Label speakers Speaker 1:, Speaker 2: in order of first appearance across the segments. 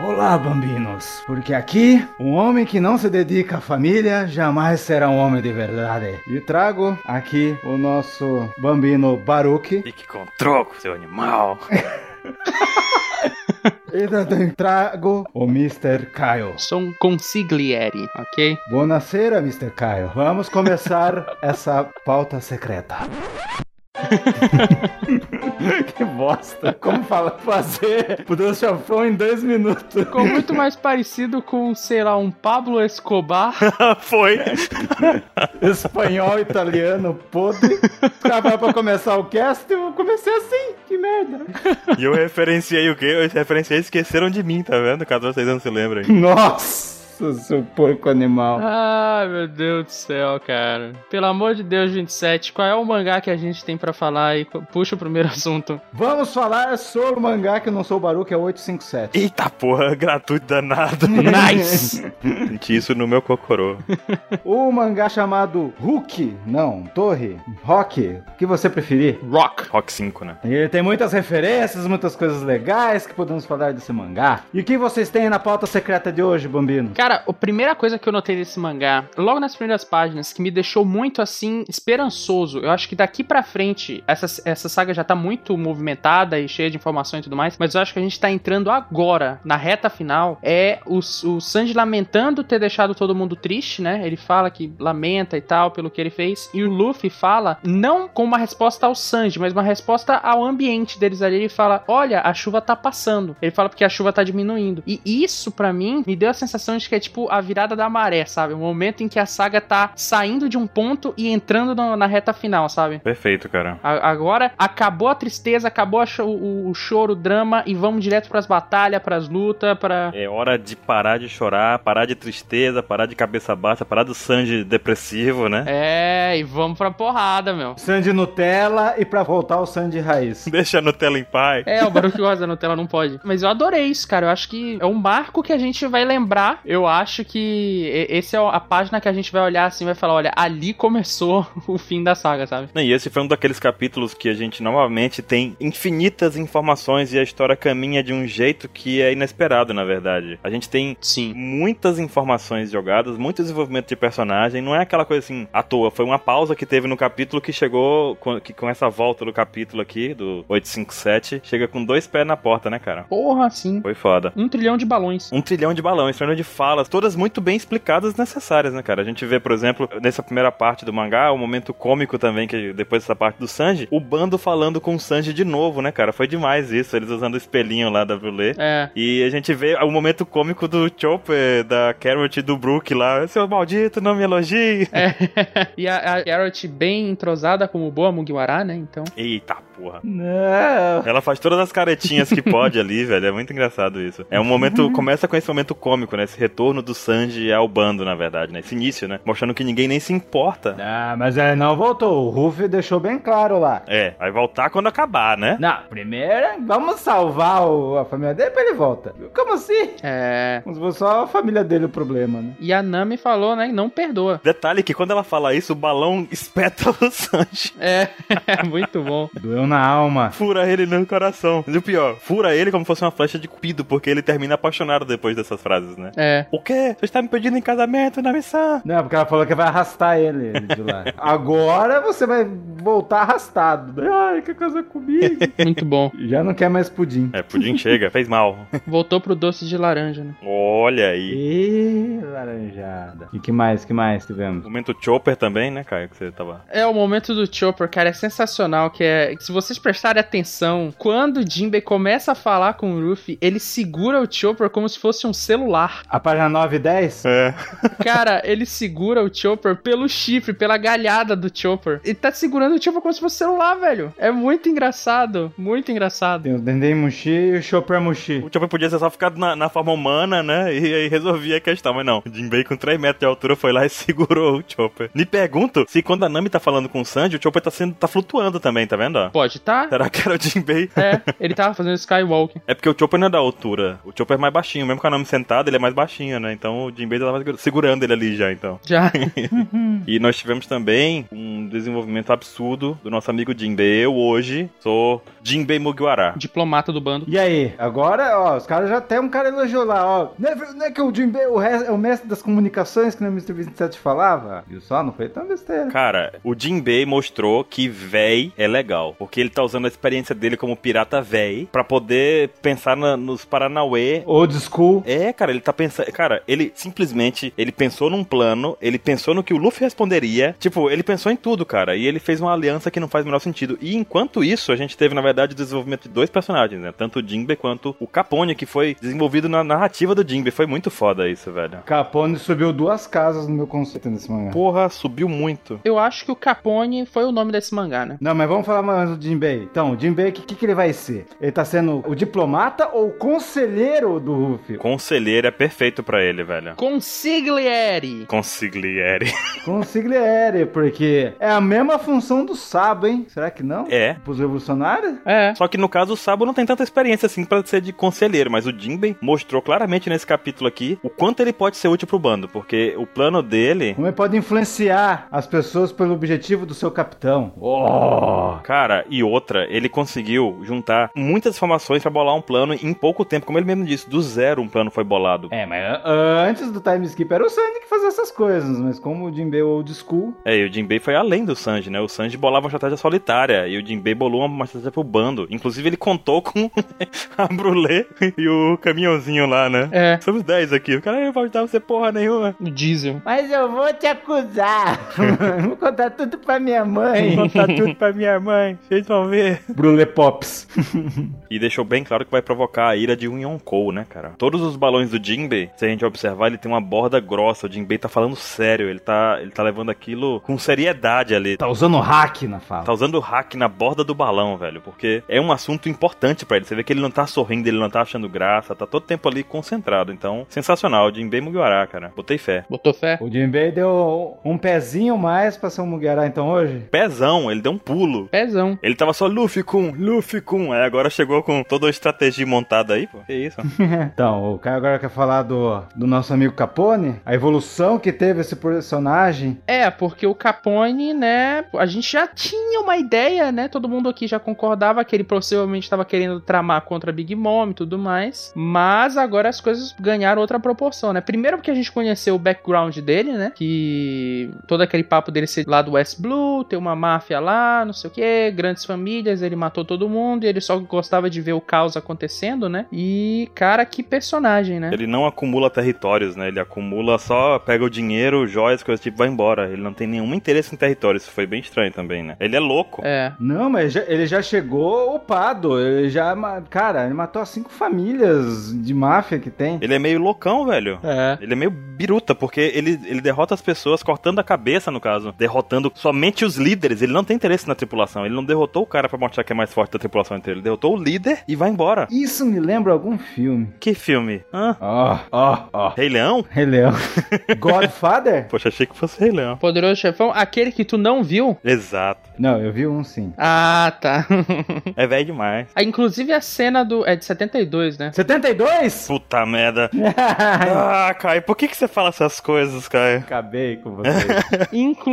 Speaker 1: Olá, bambinos, porque aqui um homem que não se dedica à família jamais será um homem de verdade. E trago aqui o nosso bambino Baruque.
Speaker 2: Fique com troco, seu animal.
Speaker 1: E também trago o Mr. Caio.
Speaker 3: Sou um consigliere, ok?
Speaker 1: Buonasera, Mr. Caio. Vamos começar essa pauta secreta. que bosta. Como fala fazer o Deus Chafão em dois minutos?
Speaker 3: Ficou muito mais parecido com, sei lá, um Pablo Escobar.
Speaker 2: Foi.
Speaker 1: Espanhol, italiano, podre. Os caras falaram pra começar o cast eu comecei assim. Que merda.
Speaker 2: E eu referenciei o quê? Eu referenciei Esqueceram de Mim, tá vendo? 14, 6 anos se lembra aí.
Speaker 1: Nossa, seu porco animal.
Speaker 3: Ai, meu Deus do céu, cara. Pelo amor de Deus, 27, qual é o mangá que a gente tem pra falar e puxa o primeiro assunto?
Speaker 1: Vamos falar sobre o mangá que eu não sou o Baru, que é 857.
Speaker 2: Eita porra, gratuito danado.
Speaker 3: Nice!
Speaker 2: Senti isso no meu cocorô.
Speaker 1: O mangá chamado Hulk, não, Torre, Rock, o que você preferir.
Speaker 3: Rock.
Speaker 2: Rock 5, né?
Speaker 1: E tem muitas referências, muitas coisas legais que podemos falar desse mangá. E o que vocês têm na pauta secreta de hoje, Bambino?
Speaker 3: Cara, a primeira coisa que eu notei desse mangá, logo nas primeiras páginas, que me deixou muito assim esperançoso. Eu acho que daqui pra frente essa, essa saga já tá muito movimentada e cheia de informações e tudo mais, mas eu acho que a gente tá entrando agora na reta final. É o, o Sanji lamentando ter deixado todo mundo triste, né? Ele fala que lamenta e tal pelo que ele fez, e o Luffy fala não com uma resposta ao Sanji, mas uma resposta ao ambiente deles ali. Ele fala: "Olha, a chuva tá passando". Ele fala porque a chuva tá diminuindo. E isso pra mim me deu a sensação de que é tipo a virada da maré, sabe? O momento em que a saga tá saindo de um ponto e entrando no- na reta final, sabe?
Speaker 2: Perfeito, cara.
Speaker 3: A- Agora acabou a tristeza, acabou a cho- o, o choro, o drama e vamos direto pras batalhas, pras lutas, pra.
Speaker 2: É hora de parar de chorar, parar de tristeza, parar de cabeça baixa, parar do Sanji depressivo, né?
Speaker 3: É, e vamos pra porrada, meu.
Speaker 1: Sandy Nutella e pra voltar o Sandy Raiz.
Speaker 2: Deixa a Nutella em paz.
Speaker 3: É, o Baruch gosta da Nutella, não pode. Mas eu adorei isso, cara. Eu acho que é um marco que a gente vai lembrar. Eu acho que e- essa é a página que a gente vai olhar assim e vai falar: olha, ali começou o fim da saga, sabe?
Speaker 2: E esse foi um daqueles capítulos que a gente novamente tem infinitas informações e a história caminha de um jeito que é inesperado, na verdade. A gente tem
Speaker 3: Sim.
Speaker 2: muitas informações jogadas, muito desenvolvimento de personagem, não é aquela coisa assim à toa, foi uma pausa que teve no capítulo que chegou com, que com essa volta do capítulo aqui, do 857, chega com dois pés na porta, né, cara?
Speaker 3: Porra, sim.
Speaker 2: Foi foda.
Speaker 3: Um trilhão de balões.
Speaker 2: Um trilhão de balões, trilhão de falas, todas muito bem explicadas e necessárias, né, cara? A gente vê, por exemplo, nessa primeira parte do mangá, o momento cômico também, que depois dessa parte do Sanji, o bando falando com o Sanji de novo, né, cara? Foi demais isso, eles usando o espelhinho lá da Brulé.
Speaker 3: É.
Speaker 2: E a gente vê o momento cômico do Chopper, eh, da Carrot e do Brook lá. Seu maldito, não me elogie.
Speaker 3: É. e a, a Garrett bem entrosada como boa Mugiwara, né? Então.
Speaker 2: Eita porra.
Speaker 1: Não.
Speaker 2: Ela faz todas as caretinhas que pode ali, velho. É muito engraçado isso. É um momento. Começa com esse momento cômico, né? Esse retorno do Sanji ao bando, na verdade, né? Esse início, né? Mostrando que ninguém nem se importa.
Speaker 1: Ah, mas ele não voltou. O Ruff deixou bem claro lá.
Speaker 2: É, vai voltar quando acabar, né?
Speaker 1: Não, primeiro vamos salvar o- a família dele pra ele volta. Como assim?
Speaker 3: É.
Speaker 1: Só a família dele é o problema, né?
Speaker 3: E a Nami falou, né? Não perdoa.
Speaker 2: Detalhe que quando ela fala isso, o balão espeta o Sanji.
Speaker 3: É, muito bom.
Speaker 1: Doeu na alma.
Speaker 2: Fura ele no coração. E o pior, fura ele como se fosse uma flecha de cupido, porque ele termina apaixonado depois dessas frases, né?
Speaker 3: É.
Speaker 2: O quê? Você está me pedindo em casamento na missão?
Speaker 1: Não, porque ela falou que vai arrastar ele de lá. Agora você vai voltar arrastado. Ai, quer casar comigo?
Speaker 3: Muito bom.
Speaker 1: Já não quer mais pudim.
Speaker 2: É, pudim chega, fez mal.
Speaker 3: Voltou pro doce de laranja, né?
Speaker 2: Olha aí.
Speaker 1: E laranjada. E que mais, que mais tivemos?
Speaker 2: Momento Chopper também, né, Caio? Que você tava.
Speaker 3: É o momento do Chopper, cara, é sensacional. Que é. Se vocês prestarem atenção, quando o Jinbei começa a falar com o Luffy, ele segura o Chopper como se fosse um celular.
Speaker 1: A página 9 e 10?
Speaker 2: É.
Speaker 3: Cara, ele segura o Chopper pelo chifre, pela galhada do Chopper. Ele tá segurando o Chopper como se fosse celular, velho. É muito engraçado. Muito engraçado.
Speaker 1: Tem o Dendem Mushi e o Chopper Mushi.
Speaker 2: O Chopper podia ser só ficado na, na forma humana, né? E aí resolvia a questão, mas não. O Jinbei com 3 metros de altura foi lá e segurou o Chopper. Me pergunto se quando a Nami tá falando com o Sanji, o Chopper tá sendo. tá flutuando também, tá vendo? ó?
Speaker 3: Pode, tá?
Speaker 2: Será que era o Jinbei?
Speaker 3: É, ele tava fazendo Skywalker.
Speaker 2: É porque o Chopper não é da altura. O Chopper é mais baixinho. Mesmo com a Nami sentada, ele é mais baixinho, né? Então o Jinbei tava segurando ele ali já, então.
Speaker 3: Já.
Speaker 2: E nós tivemos também um um desenvolvimento absurdo do nosso amigo Jinbei. Eu hoje sou Jinbei Mugiwara.
Speaker 3: Diplomata do bando.
Speaker 1: E aí? Agora, ó, os caras já tem um cara elogiou lá, ó. Não é, ver- não é que o Jinbei o re- é o mestre das comunicações que no Mr. 27 falava? Viu só? Não foi tão besteira.
Speaker 2: Cara, o Jinbei mostrou que véi é legal, porque ele tá usando a experiência dele como pirata véi pra poder pensar na- nos Paranauê
Speaker 1: Old school.
Speaker 2: É, cara, ele tá pensando. Cara, ele simplesmente ele pensou num plano, ele pensou no que o Luffy responderia. Tipo, ele pensou em tudo, cara. E ele fez uma aliança que não faz o menor sentido. E enquanto isso, a gente teve, na verdade, o desenvolvimento de dois personagens, né? Tanto o Jinbe quanto o Capone, que foi desenvolvido na narrativa do Jinbe. Foi muito foda isso, velho.
Speaker 1: Capone subiu duas casas no meu conceito nesse mangá.
Speaker 2: Porra, subiu muito.
Speaker 3: Eu acho que o Capone foi o nome desse mangá, né?
Speaker 1: Não, mas vamos falar mais do Jinbei. Então, o Jinbei, o que, que, que ele vai ser? Ele tá sendo o diplomata ou o conselheiro do Luffy?
Speaker 2: Conselheiro é perfeito pra ele, velho.
Speaker 3: Consigliere!
Speaker 2: Consigliere.
Speaker 1: Consigliere, porque é a mesma função do Sabo, hein? Será que não?
Speaker 2: É.
Speaker 1: Pros revolucionários?
Speaker 3: É.
Speaker 2: Só que no caso o Sabo não tem tanta experiência assim pra ser de conselheiro, mas o Jinbei mostrou claramente nesse capítulo aqui o quanto ele pode ser útil pro bando, porque o plano dele,
Speaker 1: Como ele pode influenciar as pessoas pelo objetivo do seu capitão?
Speaker 2: cara, e outra, ele conseguiu juntar muitas informações pra bolar um plano em pouco tempo, como ele mesmo disse, do zero um plano foi bolado.
Speaker 1: É, mas antes do time skip era o Sandy que fazia essas coisas, mas como o Jinbei é old school,
Speaker 2: É, e o Jinbei foi além do Sanji, né? O Sanji bolava uma estratégia solitária e o Jinbei bolou uma estratégia pro bando. Inclusive ele contou com a Brulé e o caminhãozinho lá, né?
Speaker 3: É.
Speaker 2: Somos 10 aqui. O cara não vai ajudar você porra nenhuma.
Speaker 3: O Diesel.
Speaker 1: Mas eu vou te acusar. vou contar tudo pra minha mãe.
Speaker 2: Contar tudo pra minha mãe, vocês vão ver.
Speaker 1: Brule Pops.
Speaker 2: E deixou bem claro que vai provocar a ira de um Yonkou, né, cara? Todos os balões do Jinbei, se a gente observar, ele tem uma borda grossa. O Jinbei tá falando sério, ele tá, ele tá levando aquilo com seriedade ali.
Speaker 1: Tá usando hack na fala.
Speaker 2: Tá usando o hack na borda do balão, velho, porque é um assunto importante pra ele. Você vê que ele não tá sorrindo, ele não tá achando graça, tá todo tempo ali concentrado. Então, sensacional, Jinbei Mugiwara, cara. Botei fé.
Speaker 3: Botou fé?
Speaker 1: O Jinbei deu um pezinho mais pra ser um Mugiará então hoje?
Speaker 2: Pezão, ele deu um pulo.
Speaker 3: Pezão.
Speaker 2: Ele tava só Luffy Kun, Luffy Kun. Aí agora chegou com toda a estratégia montada aí, pô. Que isso?
Speaker 1: Então, o cara agora quer falar do, do nosso amigo Capone, a evolução que teve esse personagem.
Speaker 3: É, porque o Capone, né? A gente já tinha uma ideia, né? Todo mundo aqui já concordava que ele possivelmente estava querendo tramar contra Big Mom e tudo mais. Mas agora as coisas ganharam outra proporção, né? Primeiro porque a gente conheceu o background dele, né? Que todo aquele papo dele ser lá do West Blue, ter uma máfia lá, não sei o que, grandes famílias, ele matou todo mundo e ele só gostava de ver o caos acontecendo, né? E, cara, que personagem, né?
Speaker 2: Ele não acumula territórios, né? Ele acumula só, pega o dinheiro, joias, coisas do tipo, vai embora. Ele não tem nenhum interesse em território. Isso foi bem estranho também, né? Ele é louco.
Speaker 3: É.
Speaker 1: Não, mas já- ele já chegou upado. Ele já. ma- Cara, ele matou as cinco famílias de máfia que tem.
Speaker 2: Ele é meio loucão, velho.
Speaker 3: É.
Speaker 2: Ele é meio biruta, porque ele, ele derrota as pessoas cortando a cabeça, no caso. Derrotando somente os líderes. Ele não tem interesse na tripulação. Ele não derrotou o cara pra mostrar que é mais forte da tripulação inteira. Ele derrotou o líder e vai embora.
Speaker 1: Isso me lembra algum filme.
Speaker 2: Que filme? Hã?
Speaker 1: Ó, ó, ó.
Speaker 2: Rei Leão?
Speaker 1: Rei Leão. Godfather?
Speaker 2: Poxa, achei que fosse Rei Leão.
Speaker 3: Poderoso Chefão, aquele que tu não viu?
Speaker 2: Exato.
Speaker 1: Não, eu vi um sim.
Speaker 3: Ah, tá.
Speaker 2: É velho demais.
Speaker 3: Ah, Inclusive a cena do. É de 72, né?
Speaker 1: 72?
Speaker 2: Puta merda. Ah, Caio, por que, que você fala essas coisas, Caio?
Speaker 1: Acabei com você.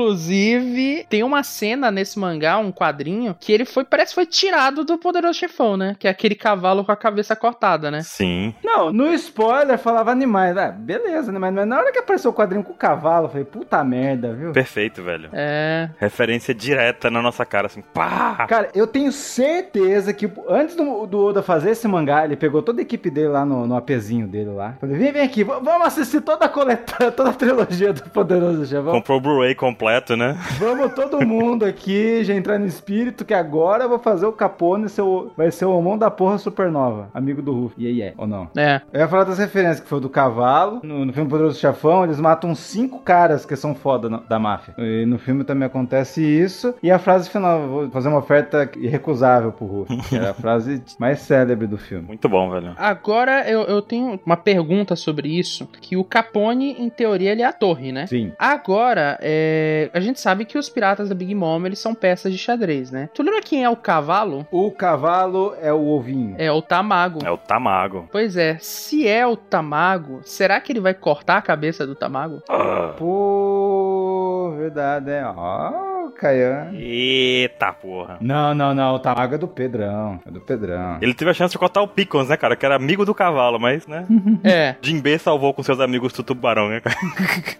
Speaker 3: Inclusive, tem uma cena nesse mangá, um quadrinho, que ele foi. Parece que foi tirado do Poderoso Chefão, né? Que é aquele cavalo com a cabeça cortada, né?
Speaker 2: Sim.
Speaker 1: Não, no spoiler falava animais. Ah, beleza, né? Mas mas na hora que apareceu o quadrinho com o cavalo, eu falei, puta merda, viu?
Speaker 2: Perfeito, velho.
Speaker 3: É.
Speaker 2: Referência direta na nossa cara, assim, pá!
Speaker 1: Cara, eu tenho certeza que antes do, do Oda fazer esse mangá, ele pegou toda a equipe dele lá no, no apezinho dele lá. Falei, vem, vem aqui, v- vamos assistir toda a coletânea, toda a trilogia do Poderoso Chefão.
Speaker 2: Comprou o Blu-ray completo, né?
Speaker 1: Vamos todo mundo aqui, já entrar no espírito, que agora eu vou fazer o Capone, seu, vai ser o homão da porra supernova, amigo do Ruff. E aí é, ou não?
Speaker 3: É.
Speaker 1: Eu ia falar das referências que foi do cavalo. No, no filme Poderoso Chafão, eles matam cinco caras que são foda na- da máfia. E no filme também acontece isso. E a frase final, vou fazer uma oferta irrecusável pro Ruff. Que era a frase mais célebre do filme.
Speaker 2: Muito bom, velho.
Speaker 3: Agora eu, eu tenho uma pergunta sobre isso. Que o Capone, em teoria, ele é a torre, né?
Speaker 1: Sim.
Speaker 3: Agora, é, a gente sabe que os piratas da Big Mom, eles são peças de xadrez, né? Tu lembra quem é o cavalo?
Speaker 1: O cavalo é o ovinho.
Speaker 3: É o Tamago.
Speaker 2: É o Tamago.
Speaker 3: Pois é, se é o Tamago, será que ele vai cortar a cabeça do Tamago?
Speaker 2: Ah.
Speaker 1: Pô, verdade, é. Ó. Ô, Caian.
Speaker 2: Eita porra.
Speaker 1: Não, não, não. O Tamago é do Pedrão. É do Pedrão.
Speaker 2: Ele teve a chance de cotar o Pickles, né, cara? Que era amigo do cavalo, mas, né?
Speaker 3: É.
Speaker 2: Jinbe salvou com seus amigos do tubarão, né, cara?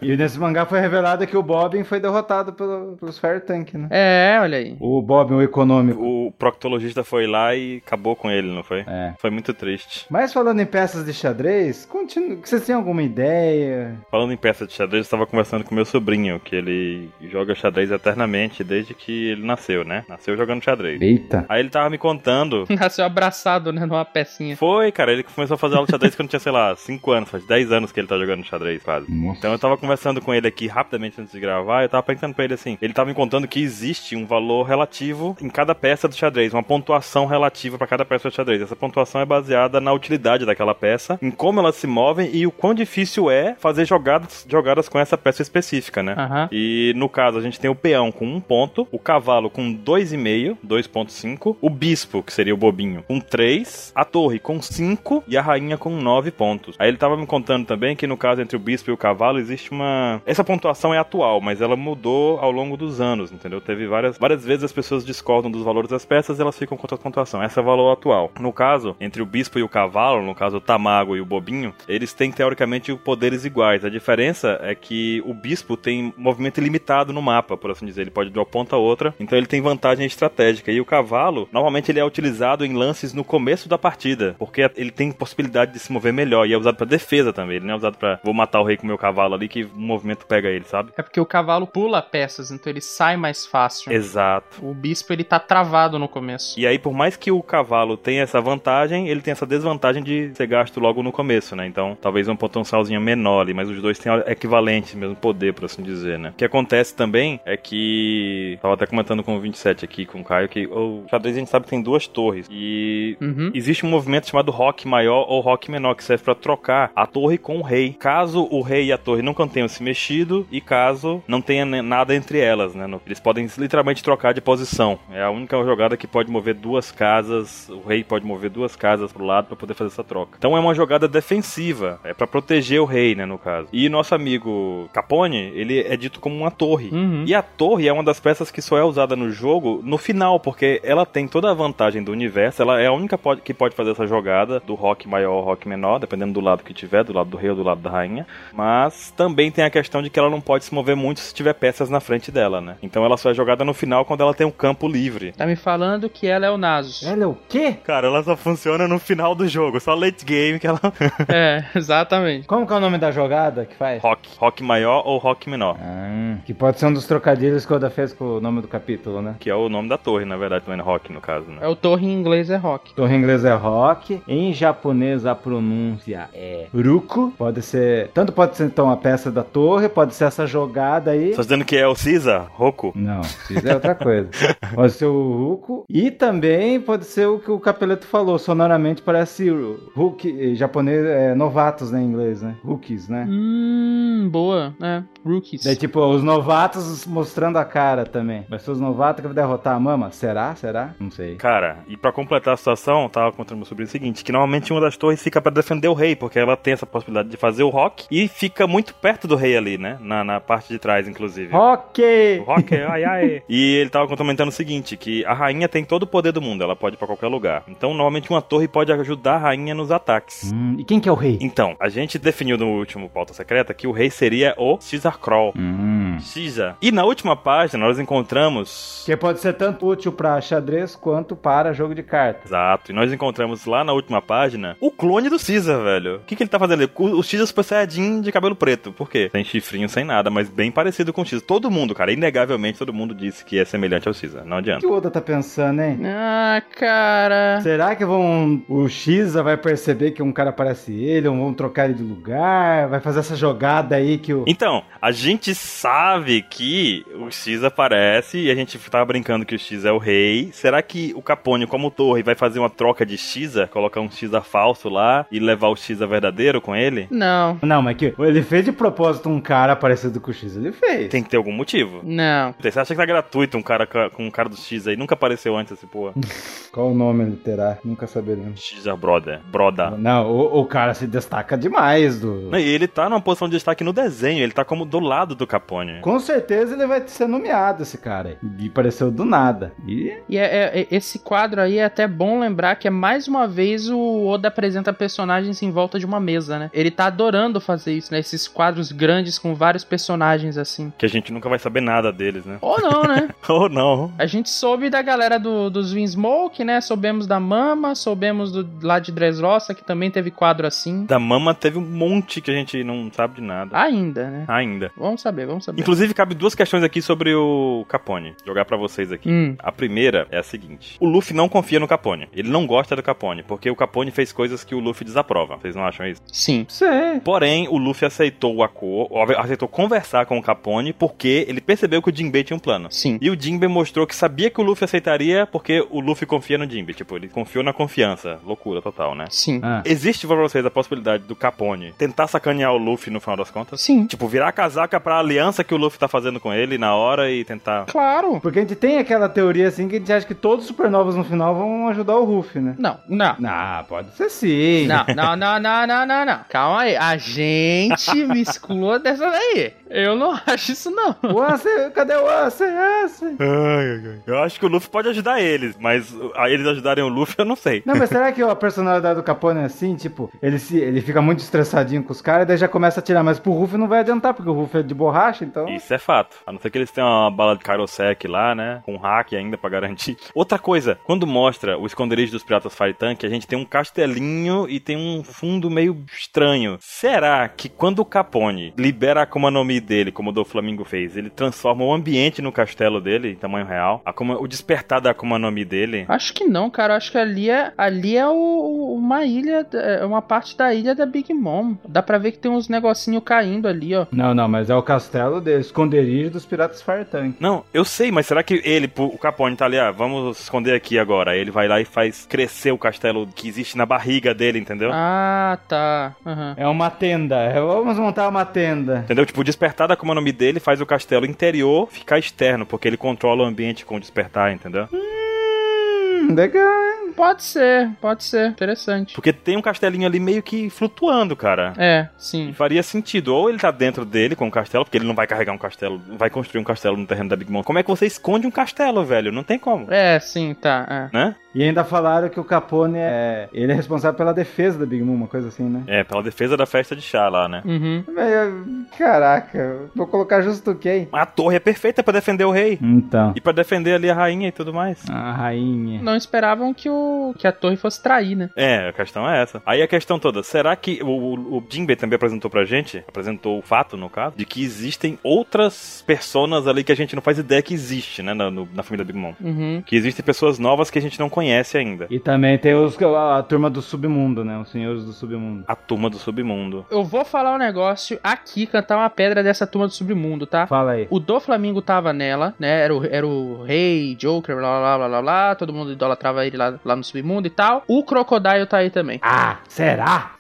Speaker 1: E nesse mangá foi revelado que o Bobbin foi derrotado pelo, pelos Fire Tank, né?
Speaker 3: É, olha aí.
Speaker 1: O Bobbin, o econômico.
Speaker 2: O proctologista foi lá e acabou com ele, não foi?
Speaker 1: É.
Speaker 2: Foi muito triste.
Speaker 1: Mas falando em peças de xadrez, continu... vocês têm alguma ideia?
Speaker 2: Falando em peça de xadrez, eu estava conversando com meu sobrinho, que ele joga xadrez eternamente desde que ele nasceu, né? Nasceu jogando xadrez.
Speaker 1: Eita.
Speaker 2: Aí ele tava me contando.
Speaker 3: Nasceu abraçado, né, numa pecinha.
Speaker 2: Foi, cara, ele começou a fazer aula de xadrez quando tinha, sei lá, 5 anos, faz 10 anos que ele tá jogando xadrez, quase.
Speaker 1: Nossa.
Speaker 2: Então eu tava conversando com ele aqui rapidamente antes de gravar, eu tava perguntando pra ele assim, ele tava me contando que existe um valor relativo em cada peça do xadrez, uma pontuação relativa pra cada peça do xadrez. Essa pontuação é baseada na utilidade daquela peça, em como elas se movem e o quão difícil é fazer jogadas, jogadas com essa peça específica, né?
Speaker 3: Aham.
Speaker 2: E no caso, a gente tem o peão com um ponto, o cavalo com 2,5, 2,5, o bispo, que seria o bobinho, com 3, a torre com 5 e a rainha com 9 pontos. Aí ele tava me contando também que no caso entre o bispo e o cavalo existe uma. Essa pontuação é atual, mas ela mudou ao longo dos anos, entendeu? Teve várias, várias vezes as pessoas discordam dos valores das peças e elas ficam com outra pontuação. Essa é o valor atual. No caso, entre o bispo e o cavalo, no caso o tamago e o bobinho, eles têm teoricamente poderes iguais. A diferença é que o bispo tem movimento ilimitado no mapa, por assim dizer. Ele pode ir de uma ponta a outra, então ele tem vantagem estratégica. E o cavalo, normalmente ele é utilizado em lances no começo da partida, porque ele tem possibilidade de se mover melhor e é usado pra defesa também. Ele não é usado pra vou matar o rei com o meu cavalo ali que o movimento pega ele, sabe?
Speaker 3: É porque o cavalo pula peças, então ele sai mais fácil.
Speaker 2: Exato.
Speaker 3: O bispo, ele tá travado no começo.
Speaker 2: E aí, por mais que o cavalo tenha essa vantagem, ele tem essa desvantagem de ser gasto logo no começo, né? Então, talvez um potencialzinho menor ali, mas os dois têm equivalente, mesmo poder, por assim dizer, né? O que acontece também é que. Tava até comentando com o 27 aqui, com o Caio, que o xadrez a gente sabe que tem duas torres. E
Speaker 3: Uhum.
Speaker 2: existe um movimento chamado rock maior ou rock menor, que serve pra trocar a torre com o rei. Caso o rei e a torre nunca tenham se mexido e caso não tenha ne- nada entre elas, né? No- Eles podem literalmente trocar de posição. É a única jogada que pode mover duas casas, o rei pode mover duas casas pro lado pra poder fazer essa troca. Então é uma jogada defensiva, é pra proteger o rei, né, no caso. E nosso amigo Capone, ele é dito como uma torre.
Speaker 3: Uhum.
Speaker 2: E a torre é uma das peças que só é usada no jogo no final, porque ela tem toda a vantagem do universo, ela é a única pode- que pode fazer essa jogada do rock maior ou rock menor, dependendo do lado que tiver, do lado do rei ou do lado da rainha. Mas também tem a questão de que ela não pode se mover muito se tiver peças na frente dela, né? Então ela só é jogada no final quando ela tem um campo livre.
Speaker 3: Tá me falando que ela é o Nasus.
Speaker 1: Ela é o quê?
Speaker 2: Cara, ela só funciona no final do jogo, só late game que ela.
Speaker 3: é, exatamente.
Speaker 1: Como que é o nome da jogada que faz?
Speaker 2: rock, rock maior ou rock menor.
Speaker 1: Ah, que pode ser um dos trocadilhos que o Oda fez com o nome do capítulo, né?
Speaker 2: Que é o nome da torre, na verdade, também rock no caso, né?
Speaker 3: É o Torre em inglês é Rock.
Speaker 1: Torre em inglês é rock, em japonês a pronúncia é ruko. Pode ser, tanto pode ser então a peça da torre, pode ser essa jogada aí.
Speaker 2: Só dizendo que é o Caesar, Roku.
Speaker 1: Não, isso é outra coisa. Pode ser o ruko e também pode ser o que o Capeleto falou, sonoramente parece hook, eh, japonês, é, novatos né, em inglês, né? Rookies,
Speaker 2: É.
Speaker 1: né?
Speaker 3: Hum, boa. É, Rookies.
Speaker 1: Daí, tipo, os novatos mostrando a cara também. Vai ser os novatos que vai derrotar a mama? Será? Será? Não sei.
Speaker 2: Cara, e pra completar a situação, eu tava contando meu sobrinho o seguinte, que normalmente uma das torres fica pra defender o rei, porque ela tem essa possibilidade de fazer o rock e fica muito perto do rei ali, né? Na, na parte de trás, inclusive.
Speaker 1: Rock!
Speaker 2: O Rock, é, ai, ai. E ele tava comentando o seguinte, que a rainha tem todo o poder do mundo, ela pode ir pra qualquer lugar. Então, normalmente uma torre pode ajudar a rainha nos ataques.
Speaker 1: Hum, e quem que é o rei?
Speaker 2: Então, a gente definiu no último pauta secreta que o rei seria o Caesar Kroll.
Speaker 1: Hum.
Speaker 2: Caesar. E na última página nós encontramos
Speaker 1: Que pode ser tanto útil pra xadrez quanto para jogo de cartas.
Speaker 2: Exato. E nós encontramos lá na última página o clone do Caesar, velho. O que, que ele tá fazendo ali? O, o Caesar Super Saiyajin de cabelo preto. Por quê? Sem chifrinho, sem nada, mas bem parecido com o Caesar. Todo mundo, cara, inegavelmente todo mundo disse que é semelhante ao Caesar. Não
Speaker 1: O
Speaker 2: adianta.
Speaker 1: que o Oda tá pensando, hein?
Speaker 3: Ah, cara.
Speaker 1: Será que vão. O Xa vai perceber que um cara parece ele, ou vão trocar ele de lugar? Vai fazer essa jogada aí que o.
Speaker 2: Então, a gente sabe que o X aparece e a gente tava brincando que o X é o rei. Será que o Capone, como torre, vai fazer uma troca de X? Colocar um X falso lá e levar o X verdadeiro com ele?
Speaker 3: Não,
Speaker 1: Não, mas que ele fez de propósito um cara parecido com o X, ele fez.
Speaker 2: Tem que ter algum motivo.
Speaker 3: não.
Speaker 2: Você acha que tá gratuito um cara ca- com um cara do X aí? Nunca apareceu antes esse porra.
Speaker 1: Qual o nome ele terá? Nunca saberemos.
Speaker 2: X é brother.
Speaker 3: Tá.
Speaker 2: Broda.
Speaker 1: Não, o, o cara se destaca demais do.
Speaker 2: E ele tá numa posição de destaque no desenho, ele tá como do lado do Capone.
Speaker 1: Com certeza ele vai ser nomeado esse cara. E apareceu do nada. E
Speaker 3: E é- é- é- esse quadro aí é até bom lembrar que é mais uma vez o Oda apresenta personagens em volta de uma mesa, né? Ele tá adorando fazer isso, né? Esses quadros grandes com vários personagens assim.
Speaker 2: Que a gente nunca vai saber nada deles, né?
Speaker 3: Ou não, né?
Speaker 2: Ou não.
Speaker 3: A gente soube da galera do, dos Winsmoke, né? Soubemos da Mama, soubemos do, lá de Dressrosa, que também teve quadro assim.
Speaker 2: Da Mama teve um monte que a gente não sabe de nada.
Speaker 3: Ainda, né?
Speaker 2: Ainda.
Speaker 3: Vamos saber, vamos saber.
Speaker 2: Inclusive, cabe duas questões aqui sobre o Capone. Jogar pra vocês aqui.
Speaker 3: Hum.
Speaker 2: A primeira é a seguinte: o Luffy não confia no Capone. Ele não gosta do Capone, porque o Capone fez coisas que o Luffy desaprova. Vocês não acham isso?
Speaker 3: Sim.
Speaker 1: sei.
Speaker 2: Porém, o Luffy aceitou o acordo, aceitou conversar com o Capone, porque ele percebeu que o Jinbei tinha um plano.
Speaker 3: Sim.
Speaker 2: E o Jinbe mostrou que sabia que o Luffy aceitaria porque o Luffy confia no Jinbe. Tipo, ele confiou na confiança. Loucura total, né?
Speaker 3: Sim.
Speaker 1: Ah,
Speaker 2: Existe pra vocês a possibilidade do Capone tentar sacanear o Luffy no final das contas?
Speaker 3: Sim.
Speaker 2: Tipo, virar a casaca pra aliança que o Luffy tá fazendo com ele na hora e tentar.
Speaker 3: Claro.
Speaker 1: porque a gente tem aquela teoria assim que a gente acha que todos os supernovas no final vão ajudar o Ruff, né?
Speaker 3: Não, não.
Speaker 1: Ah, pode ser sim.
Speaker 3: Não, não, não, não, não, não, não. Calma aí. A gente me excluou dessa daí. Eu não acho isso, não.
Speaker 1: O Ansem, cadê o Ansem? Ansem?
Speaker 2: Eu acho que o Luffy pode ajudar eles, mas uh, a eles ajudarem o Luffy eu não sei.
Speaker 1: Não, mas será que a personalidade do Capone é assim? Tipo, ele, se, ele fica muito estressadinho com os caras e daí já começa a tirar. Mas pro Ruff não vai adiantar, porque o Ruff é de borracha, então.
Speaker 2: Isso é fato. A não ser que eles tenham uma bala de Kairosek lá, né? Com hack ainda pra garantir. Outra coisa, quando mostra o esconderijo dos piratas Fire Tank, a gente tem um castelinho e tem um fundo meio estranho. Será que quando o Capone libera a Akuma no Mi dele, como o do Flamingo fez, ele transforma o ambiente no castelo dele, em tamanho real? Akuma- o despertar da Akuma no Mi dele?
Speaker 3: Acho que não, cara. Acho que ali é, ali é o- uma ilha, é uma parte da ilha da Big Mom. Dá pra ver que tem uns negocinho caindo ali, ó.
Speaker 1: Não, não, mas é o castelo de esconderijo dos piratas Fire Tank.
Speaker 2: Não, eu sei, mas será que ele, pô, o Capone tá ali, ah, vamos esconder aqui agora. Ele vai lá e faz crescer o castelo que existe na barriga dele, entendeu?
Speaker 3: Ah, tá. Aham.
Speaker 1: É uma tenda. é- Vamos montar uma tenda.
Speaker 2: Entendeu? Tipo, o despertar da Akuma no Mi dele faz o castelo interior ficar externo, porque ele controla o ambiente com o despertar, entendeu?
Speaker 1: Hum, legal.
Speaker 3: Pode ser, pode ser. Interessante.
Speaker 2: Porque tem um castelinho ali meio que flutuando, cara.
Speaker 3: É, sim.
Speaker 2: Faria sentido, ou ele tá dentro dele com o castelo, porque ele não vai carregar um castelo, não vai construir um castelo no terreno da Big Mom. Como é que você esconde um castelo, velho? Não tem como,
Speaker 3: É, sim, tá. é.
Speaker 2: né?
Speaker 1: E ainda falaram que o Capone é. Ele é responsável pela defesa da Big Mom, uma coisa assim, né?
Speaker 2: É, pela defesa da festa de chá lá, né?
Speaker 3: Uhum.
Speaker 1: Mas, eu- Caraca, vou colocar justo quem?
Speaker 2: A torre é perfeita pra defender o rei.
Speaker 1: Então.
Speaker 2: E pra defender ali a rainha e tudo mais.
Speaker 1: A rainha.
Speaker 3: Não esperavam que, o, que a torre fosse trair, né?
Speaker 2: É, a questão é essa. Aí a questão toda, será que o, o, o Jinbe também apresentou pra gente, apresentou o fato, no caso, de que existem outras personas ali que a gente não faz ideia que existe, né, na, no- na família Big Mom.
Speaker 3: Uhum.
Speaker 2: Que existem pessoas novas que a gente não conhece ainda.
Speaker 1: E também tem os, a, a turma do submundo, né? Os senhores do submundo.
Speaker 2: A turma do submundo.
Speaker 3: Eu vou falar um negócio aqui, cantar uma pedra dessa turma do submundo, tá?
Speaker 1: Fala aí.
Speaker 3: O do Flamengo tava nela, né? Era o, era o rei, Joker, blá blá blá blá blá. Todo mundo idolatrava ele lá, lá no submundo e tal. O Crocodile tá aí também.
Speaker 1: Ah, será?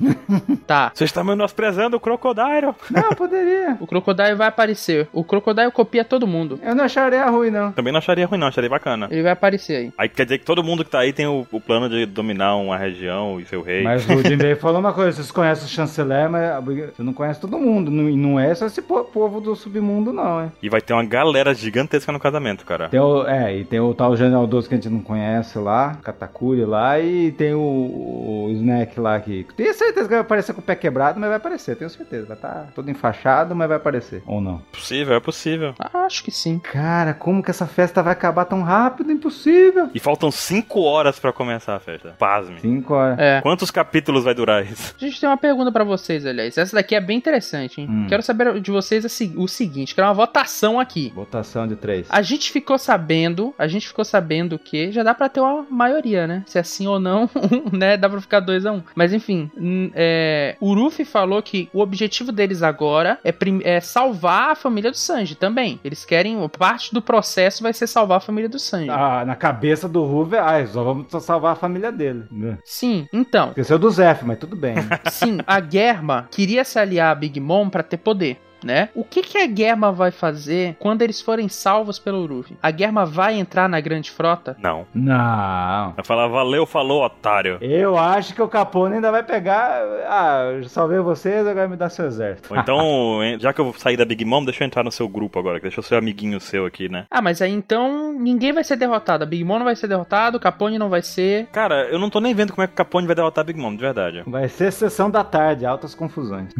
Speaker 3: Tá.
Speaker 2: Vocês estão menosprezando o Crocodile?
Speaker 1: Não, poderia.
Speaker 3: O Crocodile vai aparecer. O Crocodile copia todo mundo.
Speaker 1: Eu não acharia ruim, não.
Speaker 2: Também não acharia ruim não, acharia bacana.
Speaker 3: Ele vai aparecer aí.
Speaker 2: Aí quer dizer que todo mundo que tá aí tem o, o plano de dominar uma região e seu rei.
Speaker 1: Mas o Jinbei falou uma coisa, vocês conhecem o chanceler, mas a Big- você não conhece todo mundo. Não, e não é só esse po- povo do submundo, não, hein?
Speaker 2: E vai ter uma galera gigantesca no casamento, cara.
Speaker 1: Tem o, é, e tem o tal General 12 que a gente não conhece lá, Katakuri lá, e tem o, o Snack lá que. Tenho certeza que vai aparecer com o pé quebrado, mas vai aparecer, tenho certeza. Vai estar todo enfaixado, mas vai aparecer. Ou não.
Speaker 2: É possível, é possível.
Speaker 3: Acho que sim.
Speaker 1: Cara, como que essa festa vai acabar tão rápido? Impossível!
Speaker 2: E faltam 5 horas pra começar a festa. Pasme.
Speaker 1: Cinco horas.
Speaker 3: É.
Speaker 2: Quantos capítulos vai durar isso?
Speaker 3: A gente tem uma pergunta pra vocês, aliás. Essa daqui é bem interessante, hein?
Speaker 1: Hum.
Speaker 3: Quero saber de vocês a se- o seguinte: quero uma votação aqui.
Speaker 1: Votação de três.
Speaker 3: A gente ficou sabendo, a gente ficou sabendo que já dá pra ter uma maioria, né? Se é sim ou não, né? Dá pra ficar 2 a 1 um. Mas enfim, hum, é, o Ruffy falou que o objetivo deles agora é, prim- é salvar a família do Sanji também. Eles querem, parte do processo vai ser salvar a família do Sanji.
Speaker 1: Ah, na cabeça do Ruve, ai, só vamos só salvar a família dele.
Speaker 3: Sim, então,
Speaker 1: Esqueceu do Zef, mas tudo bem. né?
Speaker 3: sim, a Germa queria se aliar a Big Mom pra ter poder. né? O que que a Germa vai fazer quando eles forem salvos pelo Uruvin? A Germa vai entrar na Grande Frota?
Speaker 2: Não.
Speaker 1: Não.
Speaker 2: Vai falar, valeu, falou, otário.
Speaker 1: Eu acho que o Capone ainda vai pegar. Ah, eu salvei vocês, agora me dá seu exército.
Speaker 2: Ou então, hein, já que eu vou sair da Big Mom, deixa eu entrar no seu grupo agora, que deixa eu ser amiguinho seu aqui, né?
Speaker 3: Ah, mas aí então ninguém vai ser derrotado. A Big Mom não vai ser derrotado, o Capone não vai ser.
Speaker 2: Cara, eu não tô nem vendo como é que o Capone vai derrotar a Big Mom, de verdade.
Speaker 1: Vai ser sessão da tarde, altas confusões.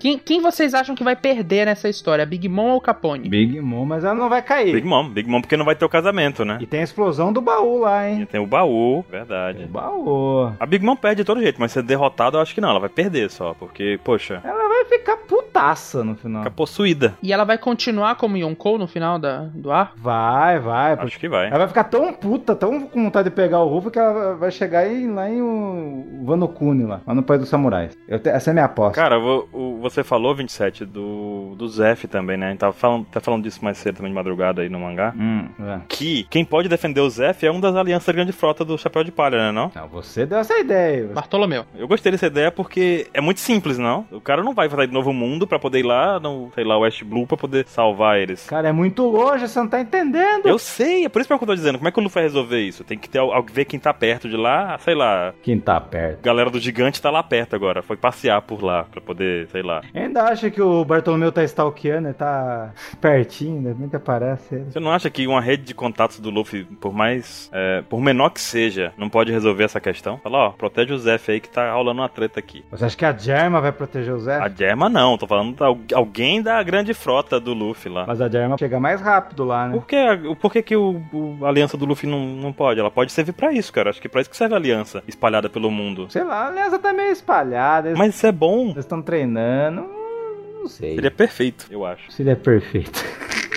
Speaker 3: Quem, quem vocês acham que vai perder nessa história? A Big Mom ou o Capone?
Speaker 1: Big Mom, mas ela não vai cair.
Speaker 2: Big Mom, Big Mom, porque não vai ter o casamento, né?
Speaker 1: E tem a explosão do baú lá,
Speaker 2: E
Speaker 1: hein?
Speaker 2: tem o baú, verdade.
Speaker 1: O baú.
Speaker 2: A Big Mom perde de todo jeito, mas ser derrotada eu acho que não, ela vai perder só, porque, poxa,
Speaker 1: Ela vai ficar putaça no final.
Speaker 2: fica possuída.
Speaker 3: E ela vai continuar como Yonkou no final da, do ar?
Speaker 1: Vai, vai. porque
Speaker 2: Acho que vai.
Speaker 1: Ela vai ficar tão puta, tão com vontade de pegar o Ruffy que ela vai chegar em, lá em o Wano Kuni, lá, lá no País dos Samurais. Eu te- essa é minha aposta.
Speaker 2: Cara, vo- o- você falou, 27, do, do Zef também, né? A gente tava falando, tá falando disso mais cedo também de madrugada aí no mangá.
Speaker 1: Hum, é.
Speaker 2: Que quem pode defender o Zef é uma das alianças da grande frota do Chapéu de Palha, né? Não?
Speaker 1: Não, você deu essa ideia. Você-
Speaker 3: Bartolomeu.
Speaker 2: Eu gostei dessa ideia porque é muito simples, não? O cara não vai sair do Novo Mundo pra poder ir lá, no, sei lá, West Blue pra poder salvar eles.
Speaker 1: Cara, é muito longe, você não tá entendendo.
Speaker 2: Eu sei, é por isso mesmo que eu tô dizendo. Como é que o Luffy vai resolver isso? Tem que ter alguém ver quem tá perto de lá, sei lá.
Speaker 1: Quem tá perto.
Speaker 2: A galera do gigante tá lá perto agora. Foi passear por lá pra poder, sei lá.
Speaker 1: Ainda acha que o Bartolomeu tá stalkeando, ele tá pertinho, de repente aparece ele.
Speaker 2: Você não acha que uma rede de contatos do Luffy, por mais. é, por menor que seja, não pode resolver essa questão? Fala, ó, protege o Zef aí que tá rolando uma treta aqui.
Speaker 1: Você acha que a Germa vai proteger o Zé?
Speaker 2: A Germa não, tô falando da, alguém da grande frota do Luffy lá.
Speaker 1: Mas a Germa chega mais rápido lá, né?
Speaker 2: Por que, por que, que o, o- a aliança do Luffy não, não pode? Ela pode servir pra isso, cara. Acho que pra isso que serve a aliança espalhada pelo mundo.
Speaker 1: Sei lá, a aliança tá meio espalhada, eles
Speaker 2: Mas isso é bom.
Speaker 1: estão treinando, hum, não sei.
Speaker 2: Seria perfeito, eu acho.
Speaker 1: Seria perfeito.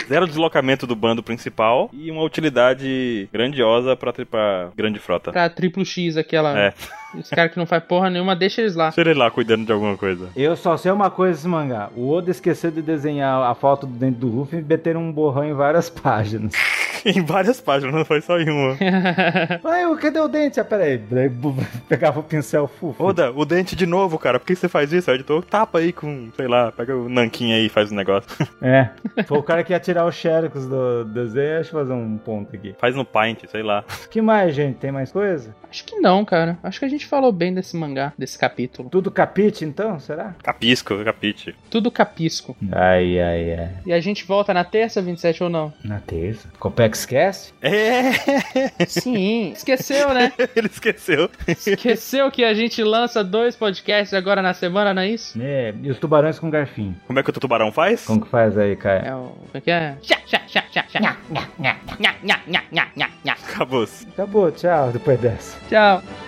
Speaker 2: Zero deslocamento do bando principal e uma utilidade grandiosa pra, tri- pra grande frota.
Speaker 3: Pra triplo X, aquela.
Speaker 2: É.
Speaker 3: Os caras que não faz porra nenhuma, deixa eles lá.
Speaker 2: Sei ele lá cuidando de alguma coisa.
Speaker 1: Eu só sei uma coisa desse mangá. O Oda esqueceu de desenhar a foto do dente do Luffy e meteram um borrão em várias páginas.
Speaker 2: em várias páginas, não foi só em uma.
Speaker 1: Ai, o- cadê o dente? Ah, peraí. Daí bu- pegava o pincel fufo.
Speaker 2: Oda, o dente de novo, cara. Por que você faz isso? Aí O editor tapa aí com, sei lá, pega o nanquim aí e faz o negócio.
Speaker 1: É. Foi o cara que ia tirar o xerox do desenho. Deixa eu fazer um ponto aqui.
Speaker 2: faz no Paint, sei lá.
Speaker 1: que mais, gente? Tem mais coisa?
Speaker 3: Acho que não, cara. Acho que a gente falou bem desse mangá, desse capítulo.
Speaker 1: Tudo capite, então? Será?
Speaker 2: Capisco, capite.
Speaker 3: Tudo capisco.
Speaker 1: Ai, ai, ai.
Speaker 3: E a gente volta na terça, 27 ou não?
Speaker 1: Na terça. Copex esquece?
Speaker 2: É,
Speaker 3: Sim. Esqueceu, né?
Speaker 2: ele esqueceu.
Speaker 3: Esqueceu que a gente lança dois podcasts agora na semana, não é isso?
Speaker 1: É, e os tubarões com garfinho.
Speaker 2: Como é que o tubarão faz?
Speaker 1: Como que faz aí, Caio?
Speaker 3: É o. Como é que é? Chá, chá, chá, chá, chá.
Speaker 2: Acabou-se.
Speaker 1: Acabou, tchau, depois dessa.
Speaker 3: Tchau.